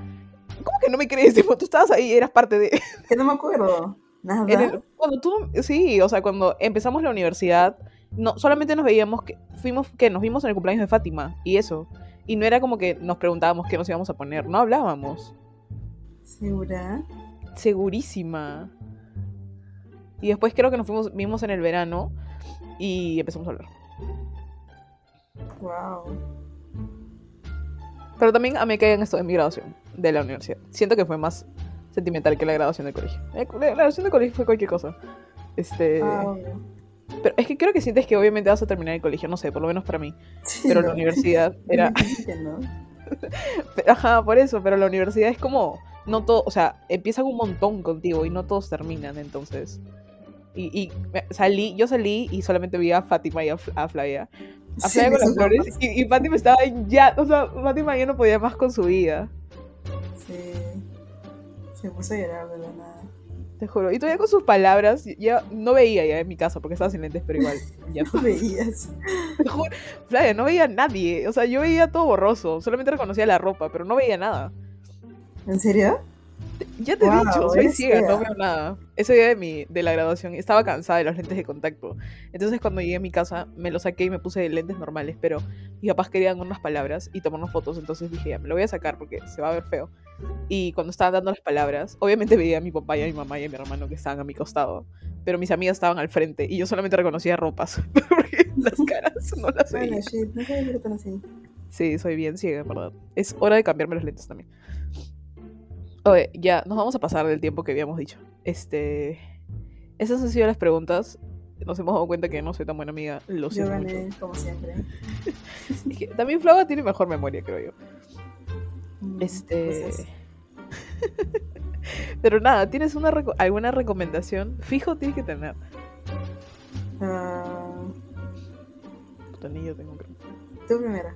Speaker 2: ¿Cómo que no me crees? *laughs* Tipo, tú estabas ahí, eras parte de.
Speaker 3: Que no me acuerdo. Nada.
Speaker 2: en el- cuando tú. Sí, o sea, cuando empezamos la universidad, no, solamente nos veíamos que. Fuimos, que nos vimos en el cumpleaños de Fátima y eso. Y no era como que nos preguntábamos qué nos íbamos a poner, no hablábamos.
Speaker 3: ¿Segura?
Speaker 2: Segurísima. Y después creo que nos fuimos, vimos en el verano y empezamos a hablar.
Speaker 3: Wow.
Speaker 2: Pero también a mí que hayan esto en mi graduación de la universidad. Siento que fue más sentimental que la graduación del colegio. Eh, La graduación del colegio fue cualquier cosa. Este,
Speaker 3: Ah,
Speaker 2: Pero es que creo que sientes que obviamente vas a terminar el colegio, no sé, por lo menos para mí. Pero la universidad era... Ajá, por eso, pero la universidad es como... No todo, o sea, empiezan un montón contigo y no todos terminan, entonces... Y, y me- salí, yo salí y solamente vi a Fátima y a, Fl- a Flavia. A Flavia con las flores y, y Fátima estaba en ya, o sea, Fátima ya no podía más con su vida.
Speaker 3: Sí. Se puso a llorar de la nada. *laughs*
Speaker 2: Te juro. Y todavía con sus palabras, ya no veía ya en mi casa porque estaba sin lentes, pero igual. Ya.
Speaker 3: Tú veías.
Speaker 2: Te juro, Flavia, no veía a nadie. O sea, yo veía todo borroso. Solamente reconocía la ropa, pero no veía nada.
Speaker 3: ¿En serio?
Speaker 2: Ya te he
Speaker 3: Guau,
Speaker 2: dicho, soy
Speaker 3: eres
Speaker 2: ciega,
Speaker 3: ciega.
Speaker 2: no veo nada. Ese día de, mi, de la graduación estaba cansada de los lentes de contacto. Entonces cuando llegué a mi casa me los saqué y me puse lentes normales, pero mis papás querían unas palabras y tomarnos fotos, entonces dije, ya, me lo voy a sacar porque se va a ver feo. Y cuando estaban dando las palabras, obviamente veía a mi papá y a mi mamá y a mi hermano que estaban a mi costado, pero mis amigas estaban al frente y yo solamente reconocía ropas, *laughs* porque las caras no las
Speaker 3: Bueno,
Speaker 2: veía.
Speaker 3: shit, no sabía que era tan así.
Speaker 2: Sí, soy bien ciega, en verdad. Es hora de cambiarme los lentes también. Oye, ya, nos vamos a pasar del tiempo que habíamos dicho. Este. Esas han sido las preguntas. Nos hemos dado cuenta que no soy tan buena amiga. Lo
Speaker 3: Yo
Speaker 2: siento
Speaker 3: gané, como siempre.
Speaker 2: mucho. Es que también Flava tiene mejor memoria, creo yo.
Speaker 3: Mm,
Speaker 2: Este.
Speaker 3: cosas.
Speaker 2: *laughs* Pero nada, ¿tienes una reco- alguna recomendación? Fijo tienes que tener.
Speaker 3: Ah,
Speaker 2: Puta, ni yo tengo creo.
Speaker 3: tú primera.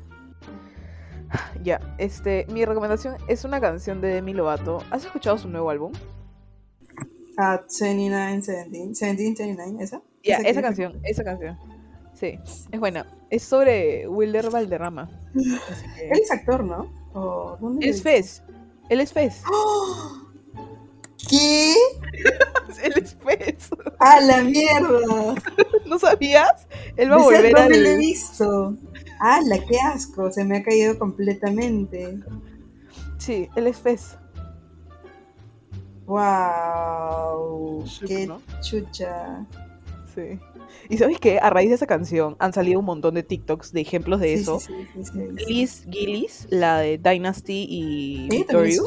Speaker 2: Ya, este. Mi recomendación es una canción de Demi Lovato. ¿Has escuchado su nuevo álbum?
Speaker 3: Ah, 29, 17. 17, 29, ¿esa?
Speaker 2: Ya,
Speaker 3: Esa que
Speaker 2: esa
Speaker 3: dice-
Speaker 2: canción, esa canción. Sí,
Speaker 3: *laughs*
Speaker 2: es buena. Es sobre Wilder Valderrama. Así que-
Speaker 3: *laughs* Él es actor, ¿no? ¿O dónde
Speaker 2: Él es
Speaker 3: lo-
Speaker 2: Fez. Él es
Speaker 3: *laughs*
Speaker 2: Fez.
Speaker 3: ¡Oh! ¿Qué?
Speaker 2: Él es
Speaker 3: *laughs*
Speaker 2: Fez.
Speaker 3: ¡A la mierda!
Speaker 2: ¿No sabías? Él va a
Speaker 3: No sé
Speaker 2: volver
Speaker 3: dónde lo he
Speaker 2: al...
Speaker 3: visto. ¡Hala, qué asco! Se me ha caído completamente.
Speaker 2: Sí, él es Fez.
Speaker 3: ¡Wow!
Speaker 2: Shook,
Speaker 3: ¡Qué
Speaker 2: ¿no?
Speaker 3: chucha!
Speaker 2: Sí. Y sabes qué? A raíz de esa canción han salido un montón de TikToks de ejemplos de
Speaker 3: Sí,
Speaker 2: eso.
Speaker 3: sí, sí, sí, sí, sí.
Speaker 2: Liz Gillis, la de Dynasty y
Speaker 3: Ella también
Speaker 2: Victorious,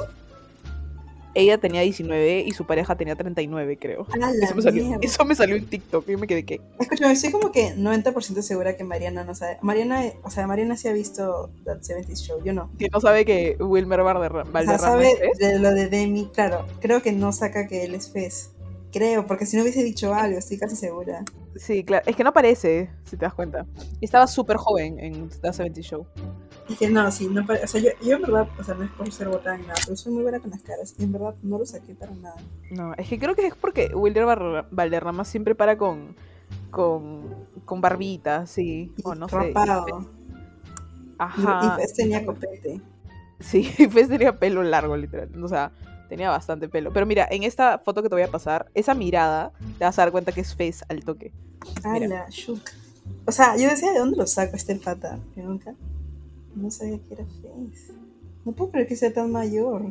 Speaker 2: ella tenía 19 y su pareja tenía 39, creo.
Speaker 3: ¡A la
Speaker 2: Eso me salió,
Speaker 3: mierda!
Speaker 2: eso me salió en TikTok y yo me quedé que...
Speaker 3: Escúchame, estoy como que 90% segura que Mariana no sabe. Mariana, o sea, Mariana sí ha visto That 70 Show, yo no.
Speaker 2: que no sabe que Wilmer Valderra-
Speaker 3: O sea,
Speaker 2: Valderrama
Speaker 3: sabe
Speaker 2: es Fez.
Speaker 3: de lo de Demi, claro. Creo que no saca que él es Fez. Creo, porque si no hubiese dicho algo, estoy casi segura.
Speaker 2: Sí, claro. Es que no aparece, si te das cuenta. Y estaba súper joven en The 70 Show.
Speaker 3: Es que no, sí, no, pare- o sea, yo, yo en verdad, o sea, no es por ser botada ni nada, pero soy muy buena con las caras y en verdad no lo saqué para nada.
Speaker 2: No, es que creo que es porque Wilder Barra- Valderrama siempre para con, con, con barbita, sí. O Oh, no sé. y
Speaker 3: Rapado.
Speaker 2: Fe-
Speaker 3: Y,
Speaker 2: Ajá.
Speaker 3: y Fez tenía copete.
Speaker 2: Sí, *laughs* y Fez tenía pelo largo, literal. O sea, tenía bastante pelo. Pero mira, en esta foto que te voy a pasar, esa mirada, te vas a dar cuenta que es Fez al toque. Mira.
Speaker 3: Ala, shook. O sea, yo decía, ¿de dónde lo saco este pata? Yo nunca. No sabía que era Face. No puedo creer que sea tan mayor.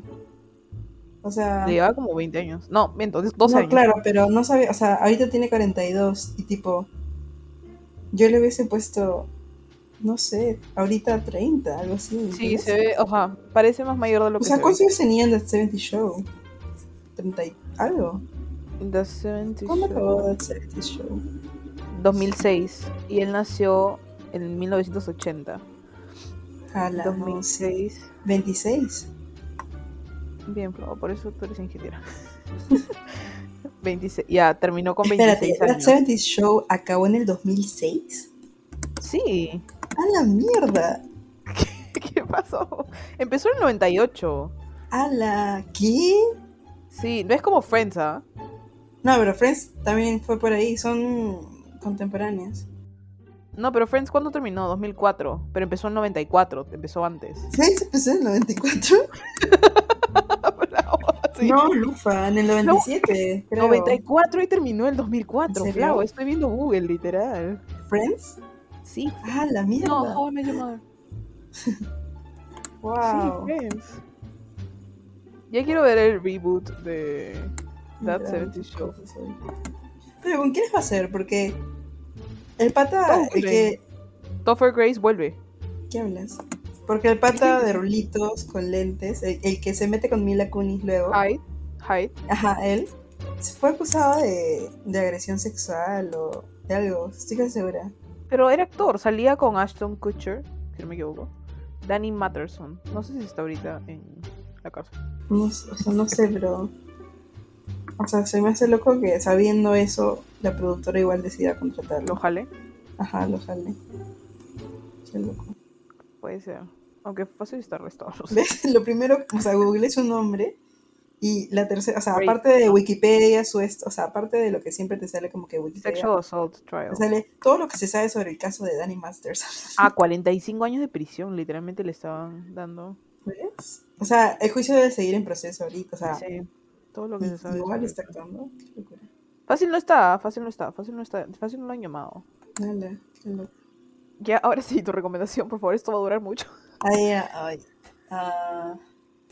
Speaker 3: O sea.
Speaker 2: Le llevaba como 20 años. Ah. No, entonces 12
Speaker 3: no,
Speaker 2: años.
Speaker 3: claro, pero no sabía. O sea, ahorita tiene 42 y tipo. Yo le hubiese puesto. No sé, ahorita 30, algo así.
Speaker 2: Sí,
Speaker 3: ¿entiendes?
Speaker 2: se ve, oja, parece más mayor de lo
Speaker 3: O
Speaker 2: que
Speaker 3: sea,
Speaker 2: se ve.
Speaker 3: ¿cuántos años tenía en The 70 Show? 30 y algo.
Speaker 2: The 70
Speaker 3: ¿Cuándo
Speaker 2: Show.
Speaker 3: acabó The 70 Show?
Speaker 2: 2006 y él nació en 1980.
Speaker 3: Ala, no,
Speaker 2: 2006.
Speaker 3: 26.
Speaker 2: Bien, Flo, por eso tú eres
Speaker 3: *laughs*
Speaker 2: ingeniera. 26, ya terminó con 26
Speaker 3: Espérate, That
Speaker 2: años.
Speaker 3: 70 Show acabó en el 2006.
Speaker 2: Sí, *laughs*
Speaker 3: A la mierda.
Speaker 2: ¿qué pasó? Empezó en el 98.
Speaker 3: A la. ¿Qué?
Speaker 2: Sí, no es como Friends, ¿ah?
Speaker 3: No, pero Friends también fue por ahí. Son contemporáneas.
Speaker 2: No, pero Friends, ¿cuándo terminó? 2004. Pero empezó en 94, empezó antes. *laughs*
Speaker 3: ¿Friends empezó en el 94?
Speaker 2: Sí.
Speaker 3: No, Lufa, en el 97. creo.
Speaker 2: 94 y terminó en 2004,
Speaker 3: ¿En serio?
Speaker 2: Flau. Estoy viendo Google, literal.
Speaker 3: ¿Friends?
Speaker 2: Sí,
Speaker 3: A la mierda.
Speaker 2: No, joven me llamó.
Speaker 3: wow.
Speaker 2: Sí,
Speaker 3: pues.
Speaker 2: Friends. Ya quiero ver el reboot de That
Speaker 3: Mira,
Speaker 2: 70 Show.
Speaker 3: cosas hoy. Pero ¿con quiénes va a ser? Porque. El pata.
Speaker 2: Tom
Speaker 3: el que,
Speaker 2: Topher Grace vuelve.
Speaker 3: ¿Qué hablas? Porque el pata de rulitos con lentes, el, el que se mete con Mila Kunis luego.
Speaker 2: Hyde. Hyde.
Speaker 3: Ajá, él se fue acusado de, de agresión sexual o de algo, estoy casi segura.
Speaker 2: Pero era actor. Salía con Ashton Kutcher, si no me equivoco. Danny Matterson. No sé si está ahorita en la cárcel.
Speaker 3: No, s- o sea, no sé, pero... O sea, se me hace loco que sabiendo eso, la productora igual decida
Speaker 2: Lo
Speaker 3: contratarlo.
Speaker 2: jale.
Speaker 3: Ajá, lo jale. Qué loco.
Speaker 2: Puede ser. Aunque fácil está arrestado. no sé.
Speaker 3: *laughs* ¿Ves? Lo primero, o sea, googleé su nombre y la tercera, o sea,
Speaker 2: Rape.
Speaker 3: aparte de Wikipedia, su esto, o sea, aparte de lo que siempre te sale como que Wikipedia,
Speaker 2: Sexual assault trial.
Speaker 3: te sale todo lo que se sabe sobre el caso de Danny Masters. *laughs*
Speaker 2: Ah, 45 años de prisión. Literalmente le estaban dando.
Speaker 3: ¿Ves? O sea, el juicio debe seguir en proceso ahorita. O sea,
Speaker 2: Sí, todo lo que se
Speaker 3: i-
Speaker 2: sabe.
Speaker 3: igual
Speaker 2: sobre
Speaker 3: está
Speaker 2: eso.
Speaker 3: actuando. Qué locura.
Speaker 2: Fácil no está, fácil no está, fácil no está, fácil no lo han llamado.
Speaker 3: Ala, qué loco.
Speaker 2: Ya, ahora sí, tu recomendación, por favor, esto va a durar mucho. *laughs*
Speaker 3: Ah, ya, ay. Ah,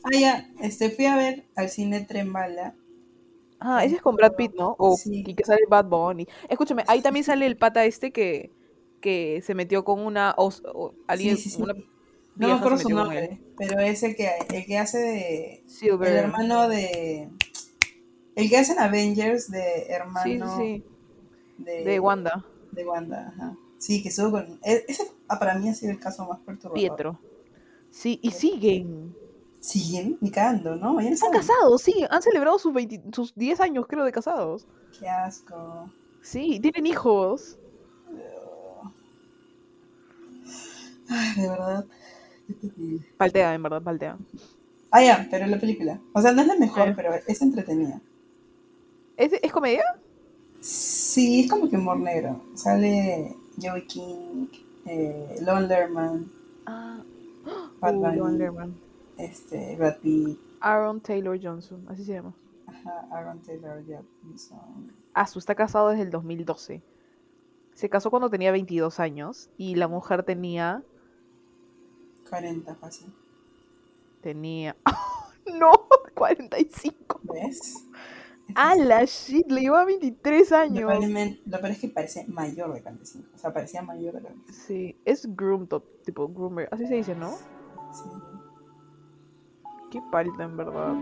Speaker 3: ah, ya. Este, fui a ver al cine Tren Bala.
Speaker 2: Ah, ese es con Brad Pitt, ¿no? O
Speaker 3: Sí.
Speaker 2: y que sale Bad Bunny. Escúchame, ahí también sale el pata este que, que se metió con una os- o alguien,
Speaker 3: Sí, sí, sí.
Speaker 2: una
Speaker 3: No me
Speaker 2: vieja se
Speaker 3: acuerdo su
Speaker 2: metió con él.
Speaker 3: nombre, pero es el que, el que hace de.
Speaker 2: Silver.
Speaker 3: El hermano de. El que hace en Avengers de
Speaker 2: sí,
Speaker 3: hermano
Speaker 2: sí,
Speaker 3: De,
Speaker 2: sí, de Wanda,
Speaker 3: de Wanda, ajá. Sí, que estuvo con. e- Ese ah, para mí ha sido el caso más perturbador.
Speaker 2: Pietro. Sí, y siguen.
Speaker 3: Siguen ni cagando, ¿no? Ya no
Speaker 2: Están
Speaker 3: saben.
Speaker 2: casados, sí, han celebrado sus, 20 sus 10 años, creo, de casados.
Speaker 3: Qué asco.
Speaker 2: Sí, tienen hijos.
Speaker 3: Ay, de verdad. qué terrible.
Speaker 2: Paltea, en verdad, paltea.
Speaker 3: Ah, ya, pero la película. O sea, no es la mejor,
Speaker 2: Eh.
Speaker 3: pero es entretenida.
Speaker 2: ¿Es, es comedia?
Speaker 3: Sí, es como que humor negro. Sale Joey King, eh, Lon Lerman,
Speaker 2: Ah,
Speaker 3: Bad
Speaker 2: uh, Joan
Speaker 3: Bunny,
Speaker 2: Lerman.
Speaker 3: este, Brad Pitt,
Speaker 2: Aaron Taylor Johnson, así se llama.
Speaker 3: ajá, Aaron Taylor Johnson.
Speaker 2: Asu Ah, está casado desde el 2012. Se casó cuando tenía 22 años y la mujer tenía.
Speaker 3: 40, fácil.
Speaker 2: tenía. *laughs* ¡No! 45.
Speaker 3: ¿Ves?
Speaker 2: ¡A Ah, la shit! Le llevaba 23 años.
Speaker 3: Probablemente- Lo peor es que parece mayor de 45. O sea, parecía mayor de 45.
Speaker 2: Sí, es groom top, tipo groomer. Así se dice, ¿no?
Speaker 3: Sí.
Speaker 2: Qué palta, en verdad.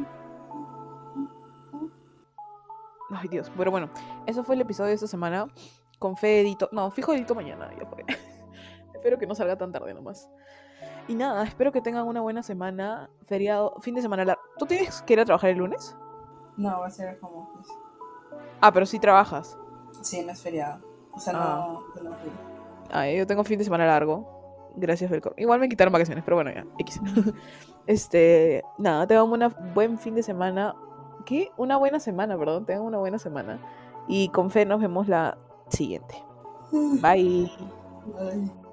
Speaker 2: Ay, Dios. Pero bueno, eso fue el episodio de esta semana. Con fe edito. No, fijo edito mañana, ya fue. *laughs* espero que no salga tan tarde nomás. Y nada, espero que tengan una buena semana. Feriado, fin de semana largo. ¿Tú tienes que ir a trabajar el lunes?
Speaker 3: No, va a ser como. pues,
Speaker 2: Ah, pero sí trabajas.
Speaker 3: Sí, no es feriado. O sea, no.
Speaker 2: Ah.
Speaker 3: no, no, no.
Speaker 2: Ah, yo tengo fin de semana largo. Gracias, Belcor. Igual me quitaron vacaciones, pero bueno, ya. X. *laughs* este, nada, tengan un buen fin de semana. ¿Qué? Una buena semana, perdón. Tengan una buena semana. Y con fe nos vemos la siguiente. Bye.
Speaker 4: Bye.